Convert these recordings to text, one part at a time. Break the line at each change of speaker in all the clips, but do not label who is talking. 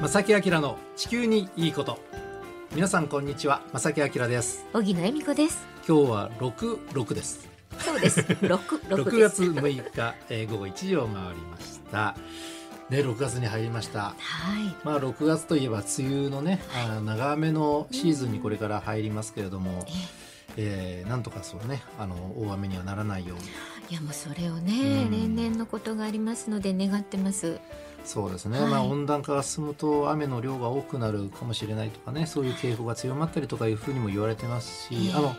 正木明の地球にいいこと皆さんこんにちは正木明です
小木恵美子です。
今日は六六です
そ うです。六六
六
です。
月六日、えー午後一時を回りましたね六月に入りました
はい。
まあ6月といえば梅雨のね、あー長めのシーズンにこれから入りますけれども、えーなんとかそうねあの大雨にはならないように
いやもうそれをね、
うん
例年のことがありますので願ってます。
そうですね、
はい
まあ、温暖化が進むと雨の量が多くなるかもしれないとかねそういう警報が強まったりとかいうふうにも言われてますし、
ええ
あの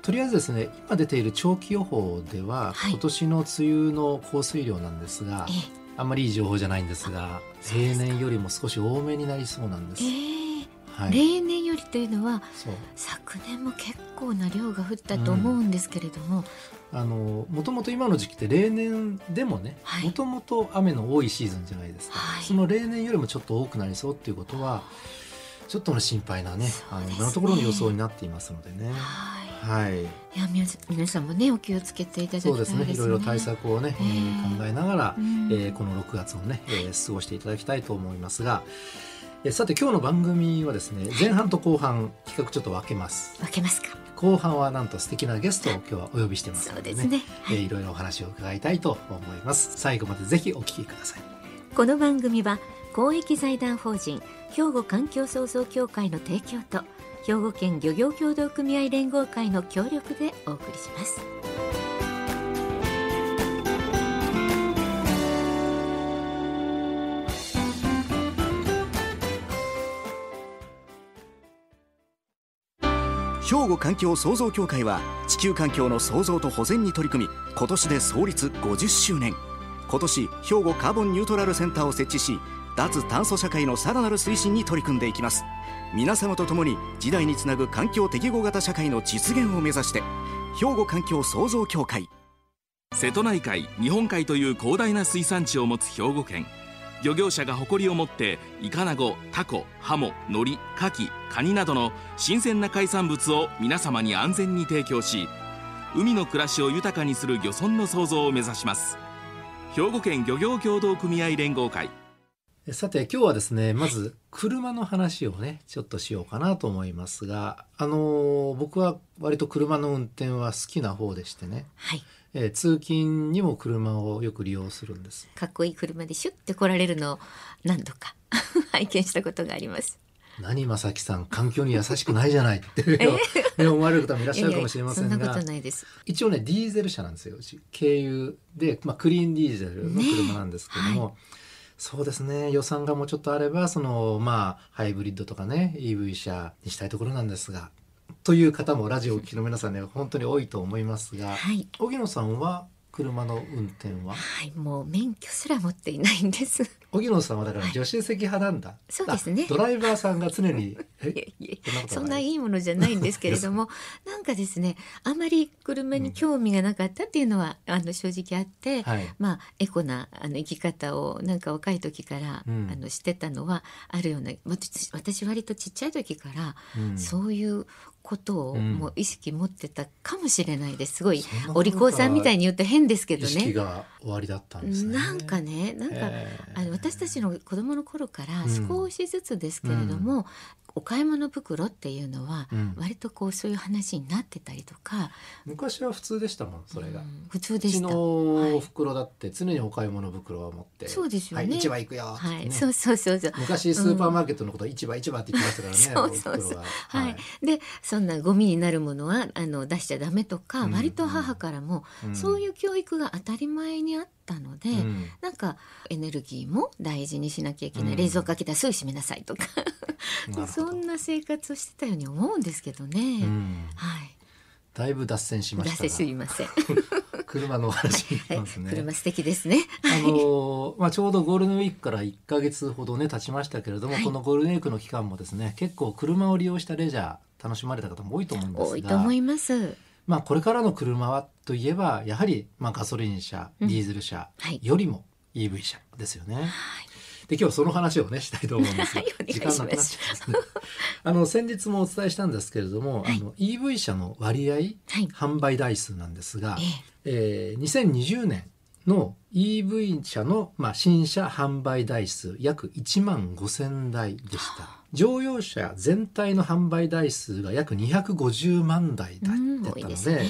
とりあえずですね今出ている長期予報では、
はい
今年の梅雨の降水量なんですが
え
あんまりいい情報じゃないんですが
そうで
例
すか
年よりも少し多めになりそうなんで
え
す。
え
は
え
い、
例年よりというのは
そう
昨年も結構な量が降ったと思うんですけれども、
あのもともと今の時期って例年でもね
はい
もともと雨の多いシーズンじゃないですか、
はい
その例年よりもちょっと多くなりそうっていうことはちょっとの心配なね
そう
あ
で
の
すね
今のところの予想になっていますのでね。
は
はい、
い。いや皆さん皆さんもねお気をつけていただきた
そ
いうで
ですす
ね。
ねいろいろ対策をね、えー
ええ
考えながら
う、ん。
えーこの6月をね、えー過ごしていただきたいと思いますが、えーさて今日の番組はですね前半と後半企画ちょっと分けます
分けますか。
後半はなんと素敵なゲストを今日はお呼びしてます
そう
の
で
ですね
ね。は
え
い
ーいろいろお話を伺いたいと思います最後までぜひお聞きください
この番組は公益財団法人兵庫環境創造協会の提供と兵庫県漁業協同組合連合会の協力でお送りします
兵庫環境創造協会は地球環境の創造と保全に取り組み今年で創立50周年今年兵庫カーボンニュートラルセンターを設置し脱炭素社会のさらなる推進に取り組んでいきます皆様と共に時代につなぐ環境適合型社会の実現を目指して兵庫環境創造協会
瀬戸内海日本海という広大な水産地を持つ兵庫県漁業者が誇りを持ってイカナゴタコハモノリカキカニなどの新鮮な海産物を皆様に安全に提供し海の暮らしを豊かにする漁村の創造を目指します兵庫県漁業協同組合連合会
えーさて今日はですねまず車の話をねちょっとしようかなと思いますがあのー僕は割と車の運転は好きな方でしてね、
はい
えー通勤にも車をよく利用するんです
かっこいい車でシュッて来られるのを何度か 拝見したことがあります
何正木さん環境に優しくないじゃないってね思われる方もいらっしゃるかもしれません
いやいやそん
が
なことないです
一応ねディーゼル車なんですようち軽油で、まあ、クリーンディーゼルの車なんですけども、
ねえ
そうですね予算がもうちょっとあればそのまあハイブリッドとかね EV 車にしたいところなんですがという方もラジオをお聞きの皆さんね本当に多いと思いますが
はい
荻野さんは車の運転は
はいもう免許すら持っていないんです
荻野さんはだから助手席派なんだ、
そうですね
あドライバーさんが常に
いや
え
いや
そんなこと
そんな
ない
いいものじゃないんですけれ どもなんかですねあまり車に興味がなかったっていうのは、あの正直あって、
はい
まあ、エコなあの生き方をなんか若い時から、
うん
あのしてたのはあるような私私割とちっちゃい時から、
うん
そういうことを
うん
もう意識持ってたかもしれないですすごい
そんなことが
お利口さんみたいに言って変ですけ
意
ど
識
ね。
が終わりだったんですね
なんかねなんか、
ええ
あの私たちの子供の頃から
うん
少しずつですけれども、お買い物袋っていうのは
うん
割とこうそういう話になってたりとか、
昔は普通でしたもんそれが、
う
うん
普通で
ち
した。
のお袋だって常にお買い物袋は持って
そうですよね
はい、市場行くよって
は
ね、
い、そうそうそうそう。
昔スーパーマーケットのことは市場市場って言ってましたからね、
そうそうそう
お袋は
はい、でそんなゴミになるものはあの出しちゃダメとか、
うん
割と母からも、そういう教育が当たり前にあったので、
うん、うん
なんかエネルギーも大事にしなきゃいけない、
うん
冷蔵庫開けたらすぐ閉めなさいとか、
なるほ
そ
ど
んな生活をしてたように思うんですけどね、
うん
はい
だいぶ脱線しま
出
した
せす
が
いません、
車のお話に行き
はい
ますね、
車素敵ですね
あのまあ、ちょうどゴールデンウィークから1か月ほどね経ちましたけれども、
はい
このゴールデンウィークの期間もですね結構車を利用したレジャー楽しまれた方も多いと思うんですが
多いと思います
まあ、これからの車はといえばやはりまあガソリン車デ
うん
ィーゼル車
はい
よりも EV 車ですよね。で今日はその話をねしたいと思うんですが、
はいお願い
時
し
間
ます
なくなっちゃいますね。あの先日もお伝えしたんですけれども、
はい
あの EV 車の割合
はい
販売台数なんですが
え、え
えー、2020年の EV 車の、まあ、新車販売台数約1万5000台でした乗用車全体の販売台数が約250万台だだ
うん
っ
多い
たの
ですね
で、うん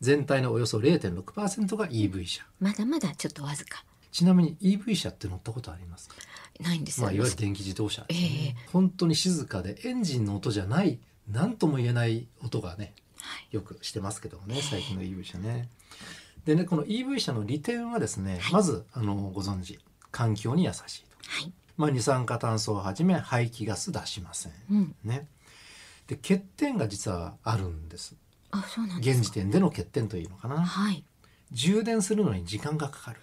全体のおよそ0.6%が EV 車
まだまだちょっとわずか
ちなみに EV 車って乗ったことありますか、
ないんですよ、
まあ、いわゆる電気自動車ですね、
ええ
本当に静かでエンジンの音じゃない何とも言えない音がね
はい
よくしてますけどもね最近の EV 車ね。でねこの EV 車の利点はですね、
はい
まずあのご存知環境に優しいと、
はい
まあ、二酸化炭素をはじめ排気ガス出しません。
うん
ね、で欠点が実はあるんです
あそうなんで
現
すか
時点での欠点というのかな
はい
充電するのに時間がかかる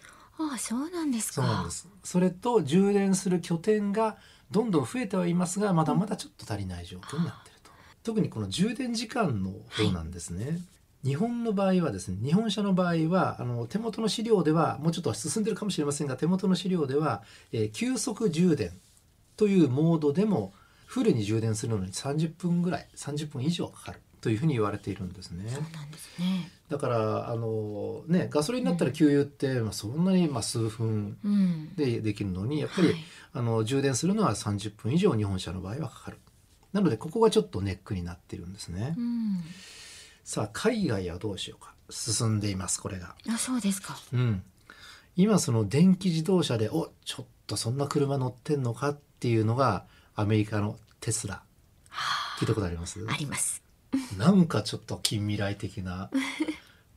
あそうなんですか
そうなんですそれと充電する拠点がどんどん増えてはいますがまだまだちょっと足りない状況になっていると特にこの充電時間の方なんですね、日本の場合はですね日本車の場合はあの手元の資料ではもうちょっと進んでるかもしれませんが手元の資料では、えー急速充電というモードでもフルに充電するのに30分ぐらい30分以上かかるというふうに言われているんですね。
そうなんですね
だからあのねガソリンだったら給油って、まあ、そんなにまあ数分
うん
でできるのにやっぱり、
はい
あの充電するのは30分以上日本車の場合はかかるなのでここがちょっとネックになってるんですね、
うん
さあ海外はどうしようか進んでいますこれが
あそうですか
うん今その電気自動車でおちょっとそんな車乗ってんのかっていうのがアメリカのテスラ
は
聞いたことあります
ああります
なんかちょっと近未来的 な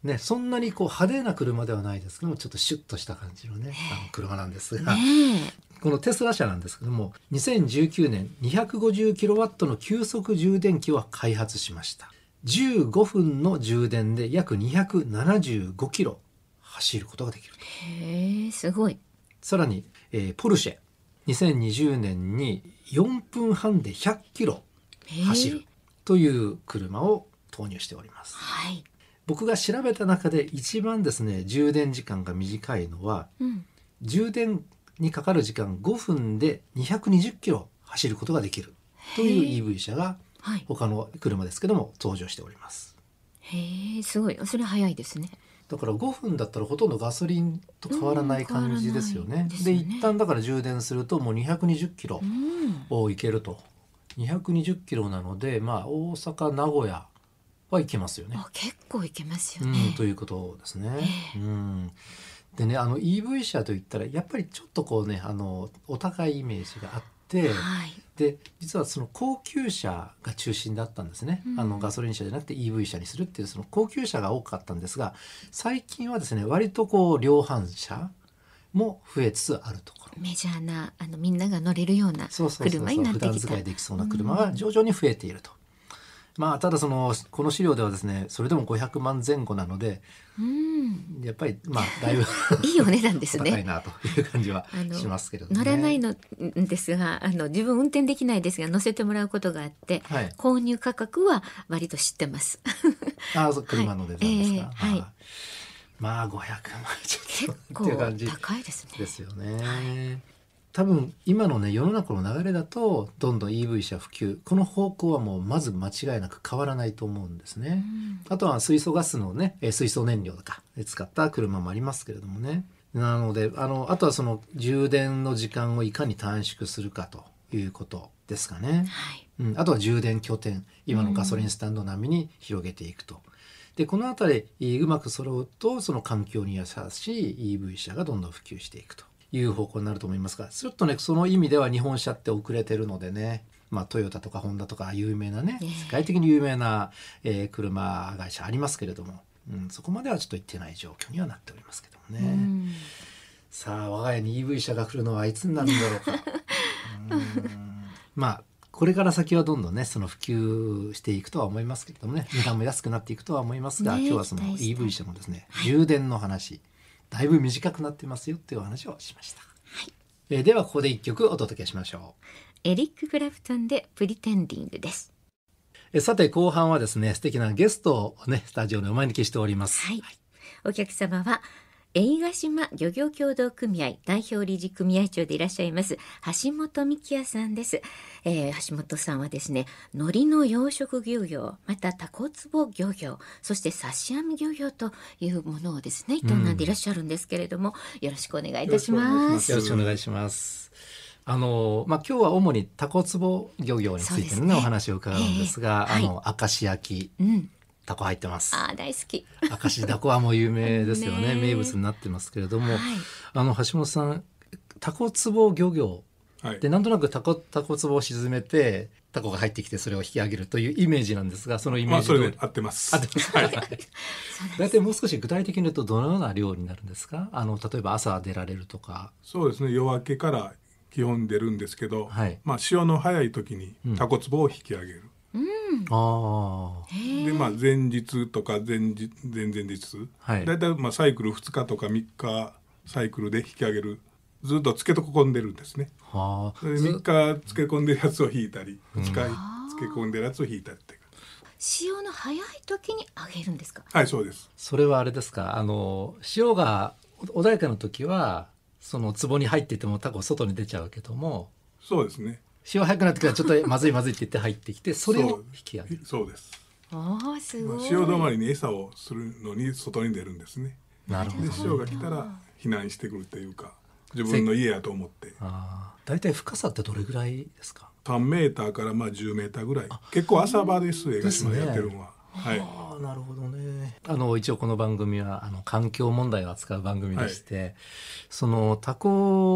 ねそんなにこう派手な車ではないですけどもちょっとシュッとした感じのねあの車なんですが、
ね
このテスラ社なんですけども2019年 250kW の急速充電器を開発しました15分の充電で約 275km 走ることができると
えへえすごい
さらに、えーポルシェ2020年に4分半で 100km
へえ
走るという車を投入しております
はい
僕が調べた中で一番ですね充電時間が短いのは
うん
充電にかかる時間5分で220キロ走ることができるという EV 車が
はい
他の車ですけども登場しております
へえすごいそれ早いですね
だから5分だったらほとんどガソリンと変わらない感じですよ
うん変わらな
ね
いで。す
で
よね
一旦だから充電するともう220キロ
うん
を行けると220キロなのでまあ大阪名古屋は行けますよね。
あ結構いけますよ
う
ね、
ん、ということですね。うん、でねあの EV 車といったらやっぱりちょっとこうねあのお高いイメージがあって
はい
で実はその高級車が中心だったんですね、
うん
あのガソリン車じゃなくて EV 車にするっていうその高級車が多かったんですが最近はですね割とこう量販車も増えつつあるところ。
メジャーなあのみんなが乗れるような
そうそうそう
車に
そう
なっ
普
て
段
きた
使いできそうな車が徐々に増えていると、まあただそのこの資料ではですねそれでも500万前後なので
うん
やっぱりまあだいぶ
いいお値段 です
高い
ね
なという感じは
あの
しますけれども、ね、
乗らないのんですがあの自分運転できないですが乗せてもらうことがあって
はい
購入価格は割と知ってます。
あ そう車の値段ですか、
はいええ
ああまあ500万ちょ
結
っとっ
構
ていう感じ
高いですね。
ですよね、多分今のね世の中の流れだとどんどん EV 車普及この方向はもうまず間違いなく変わらないと思うんですね、
うん
あとは水素ガスのね、えー水素燃料とかえー使った車もありますけれどもね。なので、あの、あとはその充電の時間をいかに短縮するかということですかね。
はい。
うん、あとは充電拠点、今のガソリンスタンド並みに広げていくと。で、このあたり、えーうまく揃うと、その環境に優しい EV 車がどんどん普及していくという方向になると思いますが、ちょっとね、その意味では日本車って遅れてるのでね、まあ、トヨタとかホンダとか有名なね、
ねえ
世界的に有名な、えー車会社ありますけれども、うん、そこまではちょっと行ってない状況にはなっておりますけどもね。
うん
さあ我が家に EV 車が来るのはいつになるんだろうか うーんまあこれから先はどんどんねその普及していくとは思いますけれどもね値段も安くなっていくとは思いますが、
ねえ
今日はその
期待したい
EV 車のですね充電の話だいぶ短くなってますよっていうお話をしました、えーではここで一曲お届けしましょう
エリック・クラプトンでプリテンディングです。
えーさて後半はですね素敵なゲストをねスタジオにお招きしております、
はい。お客様は映ヶ島漁業協同組合代表理事組合長でいらっしゃいます橋本美希也さんです、えー橋本さんはですね海苔の養殖漁業またタコツボ漁業そして刺し網漁業というものをですね営んでいらっしゃるんですけれども、よろしくお願いいたします
よろしくお願いします。あのまあ、今日は主にタコツボ漁業について
そうです
の、ね
ね
お話を伺うんですが、
ええはい
あの明石焼き
うん、
タコ入ってます
あー大好き
明石タコはもう有名ですよね
ね
名物になってますけれども、
はい
あの橋本さんタコツボ漁業
はい
でなんとなくタコタコツボを沈めてタコが入ってきてそれを引き上げるというイメージなんですがそのイメ
ま
ー
あ
ジ
そ
通り、
れで合ってます。
合ってます
はい。
大体もう少し具体的に言うとどのような量になるんですかあの例えば朝出られるとか
そうですね。夜明けから基本出るんですけど、
はい
まあ潮の早い時にタコ壺を引き上げる。
ああ
でまあ前日とか前日前々日、
はい
だいたいまあサイクル2日とか3日サイクルで引き上げる。ずっとつけとこ込んでるんですね。
はあ
それで3日つけ込んでるやつを引いたり、2日つけ込んでるやつを引いたりっていう。
潮の早い時にあげるんですか
はい、そうです。
それはあれですかあの潮が穏やかな時はその壺に入っててもタコ外に出ちゃうけども
そうですね。
潮早くなってからちょっとまずいまずいって言って入ってきてそれを引き上げる
そうです。
おーす
ま
ご
あ
い
潮止まりに餌をするのに外に出るんですね。
なるほ
で
ど
師匠が来たら避難してくるというか自分の家やと思って
ああ大体深さってどれぐらいですか
3メーターからまあ10メーターぐらい結構朝場です江ヶ島でやってるのは、はい
ああなるほどねあの一応この番組はあの環境問題を扱う番組でして、そのタ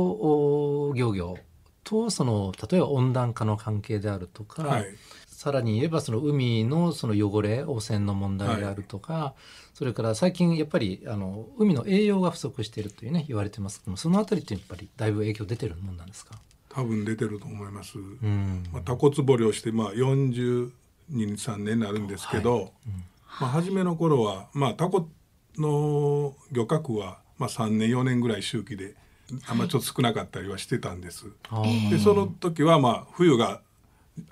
コ漁業とその例えば温暖化の関係であるとか、
はい
さらに言えばその海のその汚れ汚染の問題であるとか、それから最近やっぱりあの海の栄養が不足しているというね言われてますけどもそのあたりってやっぱりだいぶ影響出てるもんなんですか
多分出てると思います、
うん
まあ、タコ壺漁してまあ423年になるんですけど、まあ、初めの頃はまあタコの漁獲はまあ3年4年ぐらい周期であんまちょっと少なかったりはしてたんです、
あー
でその時はまあ冬が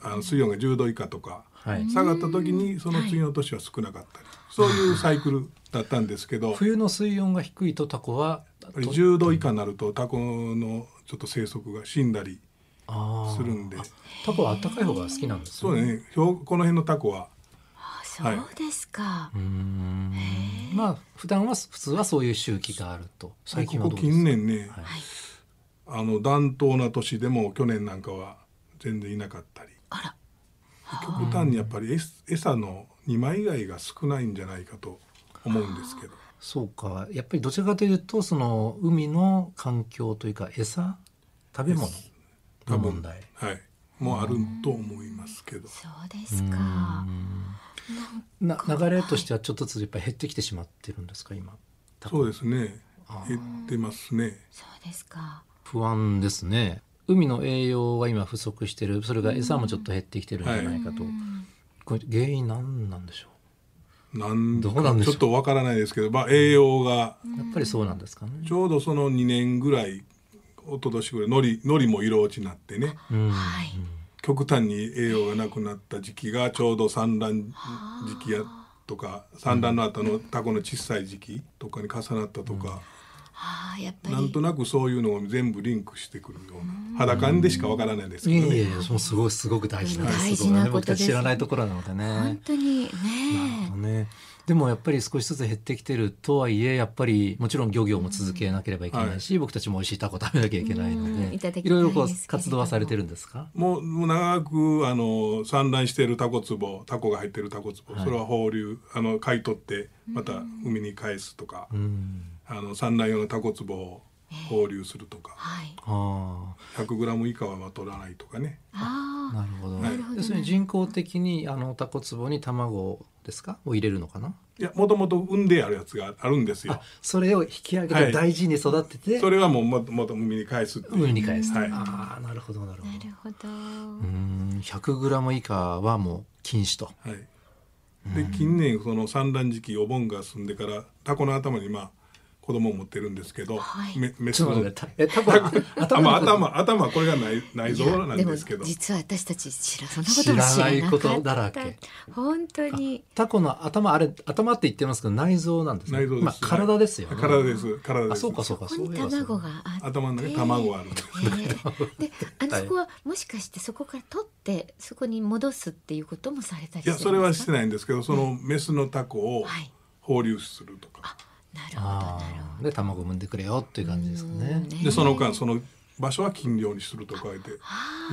あの水温が10度以下とか、
はい
下がった時にその次の年は少なかったり、そういうサイクルだったんですけど
冬の水温が低いとタコは
やっぱり10度以下になるとタコのちょっと生息が死んだり
あ
す
ー
るんで
タコは暖かい方が好きなんです
そう
ね。
ね標この辺のタコは
あそうですか、
うーんまあ普段は普通はそういう周期があると最近は
こ
ど
こ
うです
近
か
年ね、
はい
あの暖冬な年でも去年なんかは全然いなかったり
あら
極端にやっぱり餌餌の2枚以外が少ないんじゃないかと思うんですけど。
そうかやっぱりどちらかというとその海の環境というか餌食べ物の問題
はい、もうあると思いますけど、
そうですかなん
な流れとしてはちょっとずつやっぱり減ってきてしまってるんですか今タコ
そうですね減ってますね
そうですか
不安ですね海の栄養が今不足してるそれが餌もちょっと減ってきてるんじゃないかと、これ原因何なんでしょ
なん
どうなんでし
ち
ょ
ょ
う
っとわからないですけど、まあ、栄養が
うやっぱりそうなんですかね
ちょうどその2年ぐらい一昨年ぐらいのりのりも色落ちになってね
うん
はい
極端に栄養がなくなった時期がちょうど産卵時期やとか産卵の後のタコの小さい時期とかに重なったとか、
あーやっぱり
なんとなくそういうのを全部リンクしてくるような裸眼でしかわからないです
い
け
や
ど
いや
ね
いや、そのすごいすごく大事な
大事
こ
な
は
こと
僕た
です
ち知らないところなので
本
ね。
当にね
ね、でもやっぱり少しずつ減ってきてるとはいえやっぱりもちろん漁業も続けなければいけないし、僕たちも美味しいタコ食べなきゃいけないので、
うんいただきたいですけれ
ろい
ども
ろこう活動はされてるんですか
もうもう長くあの産卵しているタコ壺タコが入っているタコ壺、それは放流あの買い取ってまた海に返すとか、
うん
あの産卵用のタコ壺を放流するとか、
はい
あ
100グラム以下はまあ取らないとかね
あ
あ
なるほど
な
るほど
要するに人工的にあのタコ壺に卵ですかを入れるのかない
やもともと産んであるやつがあるんですよ
あそれを引き上げ
は
て
い
大事に育てて、
それはもうままた海に返すっていう
海に返す、
はい
ああなるほどなるほ
あ
ど
なるほど
うん100グラム以下はもう禁止と
はい、で近年その産卵時期お盆が済んでからタコの頭にまあ子供を持ってるんですけど、
はい
めメ
ち
ス
ょっと
の
待ってねたえ多分
あまあ
頭の
頭頭これが内内
い
臓
や
なん
でも
ですけど
実は私たち知らそんなことも知
知らな
ら
い
なかっ
こ
た
とだらけ
本当に
タコの頭あれ頭って言ってますけど内臓なんですね
内臓です、
まあ、体ですよね、
体です体です
あそうかそう
か
か
ここ
そう
に
いえばそう
卵があって
頭の中に卵があるんです
ええであのそこはもしかしてそこから取ってそこに戻すっていうこともされたり
いやそれはして
ない
ないんですけどそのメスのタコを
はい
放流するとか、
なるほど
あ
なる
ーで卵産んでくれよっていう感じですかね
ほど
でその
間
間その場所は禁漁にするとか言ってい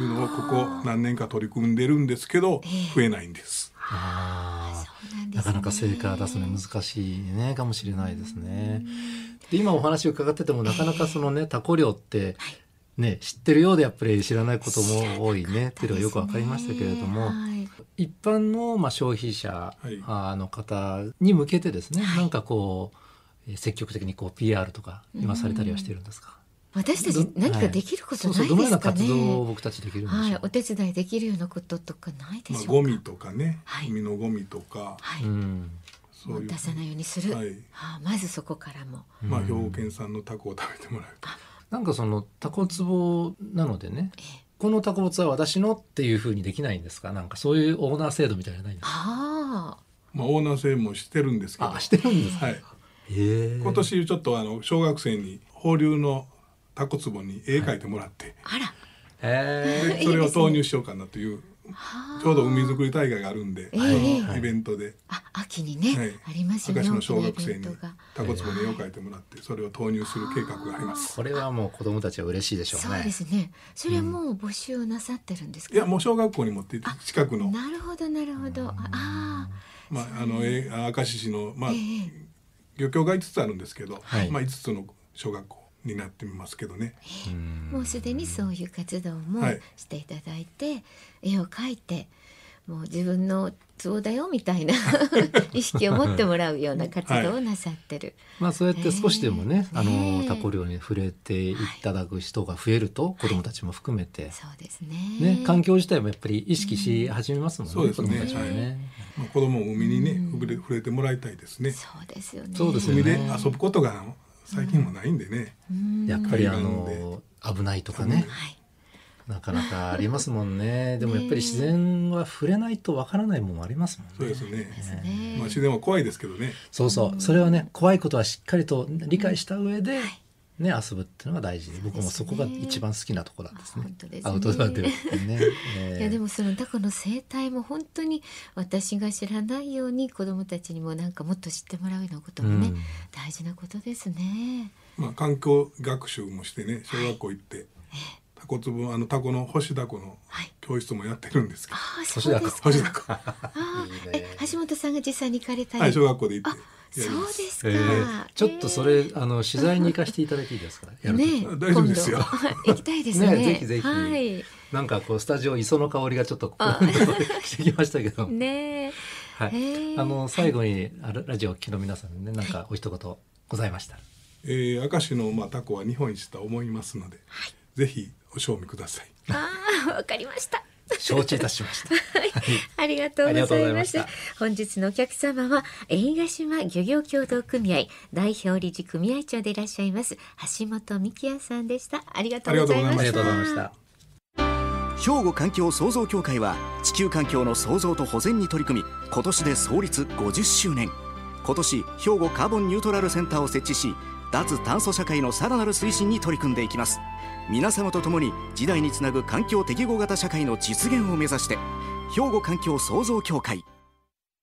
うのをここ何年か取り組んでるんですけど増えないんです。
あー
そうなんです
な
ね
かなか成果出すの難しいねかもしれないですね。で今お話を伺っててもなかなかそのねタコ漁ってね知ってるようでやっぱり知らないことも多いねっていうのがよく分かりましたけれども
はい
一般のまあ消費者
はい
あの方に向けてですねなんかこうえー積極的にこう PR とか今されたりはしてるんですか
私たち何かできること
は
な
そ
い
うそうどのよ
いうで
な
すか
活動を
ね
僕たちできるんでしょう
はいお手伝いできるようなこととかないで
まあ、
しょ
ゴ
うか
ミとかね、
はい
海のゴミとか、
は
う
い
ん
そういう
出さないようにする
はい
あまずそこからも
まあ、兵庫県産のタコを食べてもらうと
なんかそのタコツボなのでねこのタコツは私のっていうふうにできないんですかなんかそういうオーナー制度みたいなのないんですか
ああ
まあ、オーナー制もしてるんですけど
あしてるんですか
はい、
へえ
今年ちょっとあの小学生に放流のタコ壺に絵描いてもらって、
あら
へ
でそれを投入しようかなというちょうど海づくり大会があるんで、
ええ
そのイベントで、
あ秋にね、
はい
ありますよ
明
ね大
石の
き
小
なイ
学
ベ
生
ン
に
トが。
タコ壺の絵を描いてもらってそれを投入する計画があります
これはもう子供たちは嬉しいでしょ
そううで
ね
すね。それはもう募集をなさってるんですか。
いやもう小学校に持って行って近くの,、
なるほどなるほど。ああ
まあ、あのえー明石市の、まあ
ー、え
漁協が5つあるんですけど、
はい
まあ、5つの小学校になってますけどね、
えもうすでにそういう活動も
はい
していただいて、絵を描いて、もう自分の都合だよ みたいな意識を持ってもらうような活動をなさってる。
まあそうやって少しでもね、
ええ
あ
ね
の
え
タコ漁に触れていただく人が増えると、子供たちも含めて、
そうですね。
ね環境自体もやっぱり意識し始めますもんね、
そうですね
子供たちもね、
まあ、子供も海にね触れ触れてもらいたいですね
そうですよね。
そうですよね
海で遊ぶことが最近もないんでね、
うん
やっぱりあ
海岸
の危ないとかね、
はい。
なかなかありますもんね。でもやっぱり自然は触れないとわからないもんもありますもんね。
そうですね
ですね
まあ、自然は怖いですけどね
そうそう、それはね、怖いことはしっかりと理解した上で。ね、遊ぶっていうのが大事で、僕もそこが一番好きなところなんです
あ本
ね
当で。すね
アウトドアではね。え
いやでもそのタコの生態も本当に私が知らないように子どもたちにもなんかもっと知ってもらうようなこともね、
うん
大事なことですね。
まあ、環境学習もしてね小学校行って、タコ壺あのタコの干しタコの
はい
教室もやってるんですけど、
ああ
星
そう
だ
で
か
すか。
干しタコ
ああえ橋本さんが実際に行かれたり。
はい小学校で行っ
あ
てや
そ
り
う
ま
ですすか。
ちょっとそれ、あの取材に行かせていただいていい ですか。やると
ね
き
大丈夫ですよ
今度行きたいですね。
ねぜひぜひ
はい。
なんかこうスタジオ磯の香りがちょっとこ
あ
う してきましたけど。
ねえ
は
へ
い。
え
あの最後にあのラジオをお聞きの皆さんにね、なんかお一言ございましたら。
えー明石の、まあ、タコは日本一と思いますので、ぜひお賞味ください
ああわかりました。
承知いたしました。
ありがと
あ
うござ
りがとうご
い
ざい
ま
ますした
本日のお客様は映画島漁業協同組合代表理事組合長でいらっしゃいます橋本美希也さんでしたありがとうございまし た
ありがとうございました。
兵庫環境創造協会は地球環境の創造と保全に取り組み今年で創立50周年今年兵庫カーボンニュートラルセンターを設置し脱炭素社会のさらなる推進に取り組んでいきます皆様と共に時代につなぐ環境適合型社会の実現を目指して兵庫環境創造協会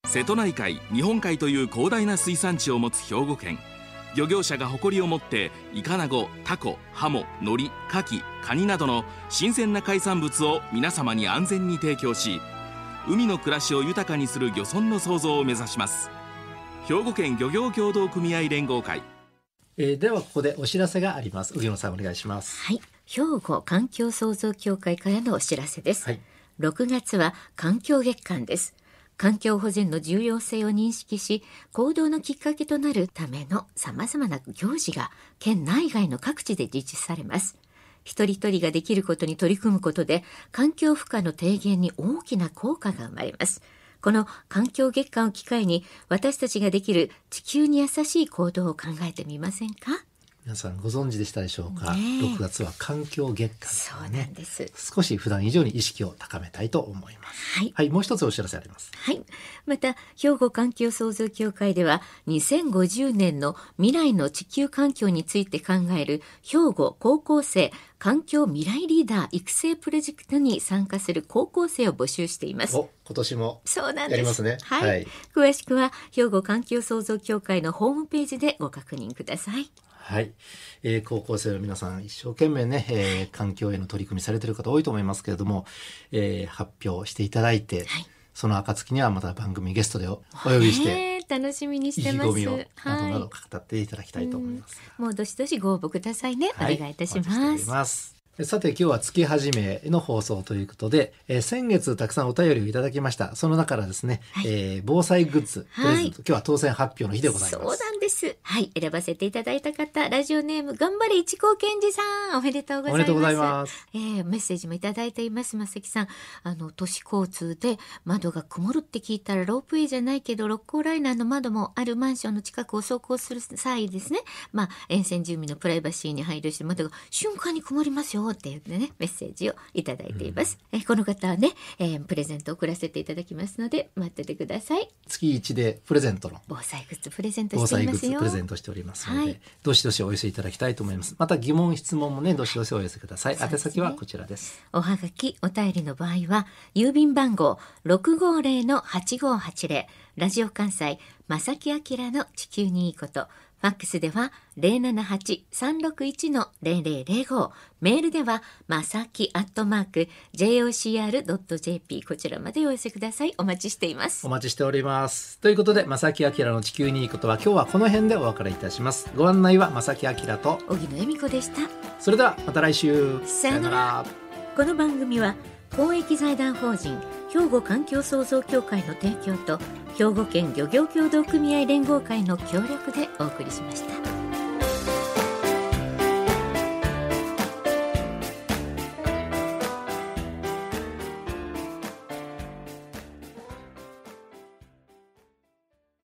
瀬戸内海日本海という広大な水産地を持つ兵庫県漁業者が誇りを持ってイカナゴタコハモノリカキカニなどの新鮮な海産物を皆様に安全に提供し海の暮らしを豊かにする漁村の創造を目指します兵庫県漁業協同組合連合会
えーではここでお知らせがあります。右野さんお願いします。
はい兵庫環境創造協会からのお知らせです、
はい
6月は環境月間です環境保全の重要性を認識し行動のきっかけとなるためのさまざまな行事が県内外の各地で実施されます一人一人ができることに取り組むことで環境負荷の低減に大きな効果が生まれますこの環境月間を機会に私たちができる地球に優しい行動を考えてみませんか
皆さんご存知でしたでしょうか、
ねえ
6月は環境月間です
そ
から
うなんです、
少し普段以上に意識を高めたいと思います
はい
はいもう一つお知らせあります
はい。また、兵庫環境創造協会では、2050年の未来の地球環境について考える、兵庫高校生環境未来リーダー育成プロジェクトに参加する高校生を募集しています。
お今年も
そうなんです。
やりますね
はい。
はい
詳しくは、兵庫環境創造協会のホームページでご確認ください。
はい、えー高校生の皆さん一生懸命ね、えー環境への取り組みされてる方多いと思いますけれども、えー発表していただいて、
はい
その暁にはまた番組ゲストでおお呼びして
ねえ楽しみに
意
し
気
てます。
込みをなどな
は
ど語っていただきたいと思います、
い。もうどしどしご応募くださいね。
は
お願いいたしま
お待ちしてお
す
り。ますさて今日は月始めの放送ということで、えー先月たくさんお便りをいただきましたその中からですね、
はい
えー防災グッズ、
はい
プレゼント今日は当選発表の日でございます
そうなんです。はい、選ばせていただいた方、ラジオネーム頑張れ一高健二さん、おめでとうござい
お
ます。
めでとうございます
えーメッセージもいただいています。まさきさん、あの都市交通で窓が曇るって聞いたらロープウェイじゃないけど六甲ライナーの窓もあるマンションの近くを走行する際ですね。まあ沿線住民のプライバシーに配慮して窓が瞬間に曇りますよって言ってねメッセージをいただいています。えーこの方はね、えープレゼントを送らせていただきますので待っててください。
月一でプレゼントの
防災グッズプレゼント
防
して
災
い
グ
ま
ッ
す
ズ
よ。
プレゼントしておりますので、
はい
どしどしお寄せいただきたいと思いますまた疑問質問もねどしどしお寄せください、
そうで
宛
すね
先はこちらです
おはがき、お便りの場合は、郵便番号650-8580、ラジオ関西、正木明の地球にいいこと、ファックスでは078-361-0005、メールでは、まさきアットマーク、jocr.jp、こちらまでお寄せください。お待ちしています
お。待ちしておりますということで正木明の地球にいいことは今日はこの辺でお別れいたしますご案内は正木明と
荻野恵美子でした。
それではまた来週
さよなら
ら
この番組は公益財団法人兵庫環境創造協会の提供と兵庫県漁業協同組合連合会の協力でお送りしました。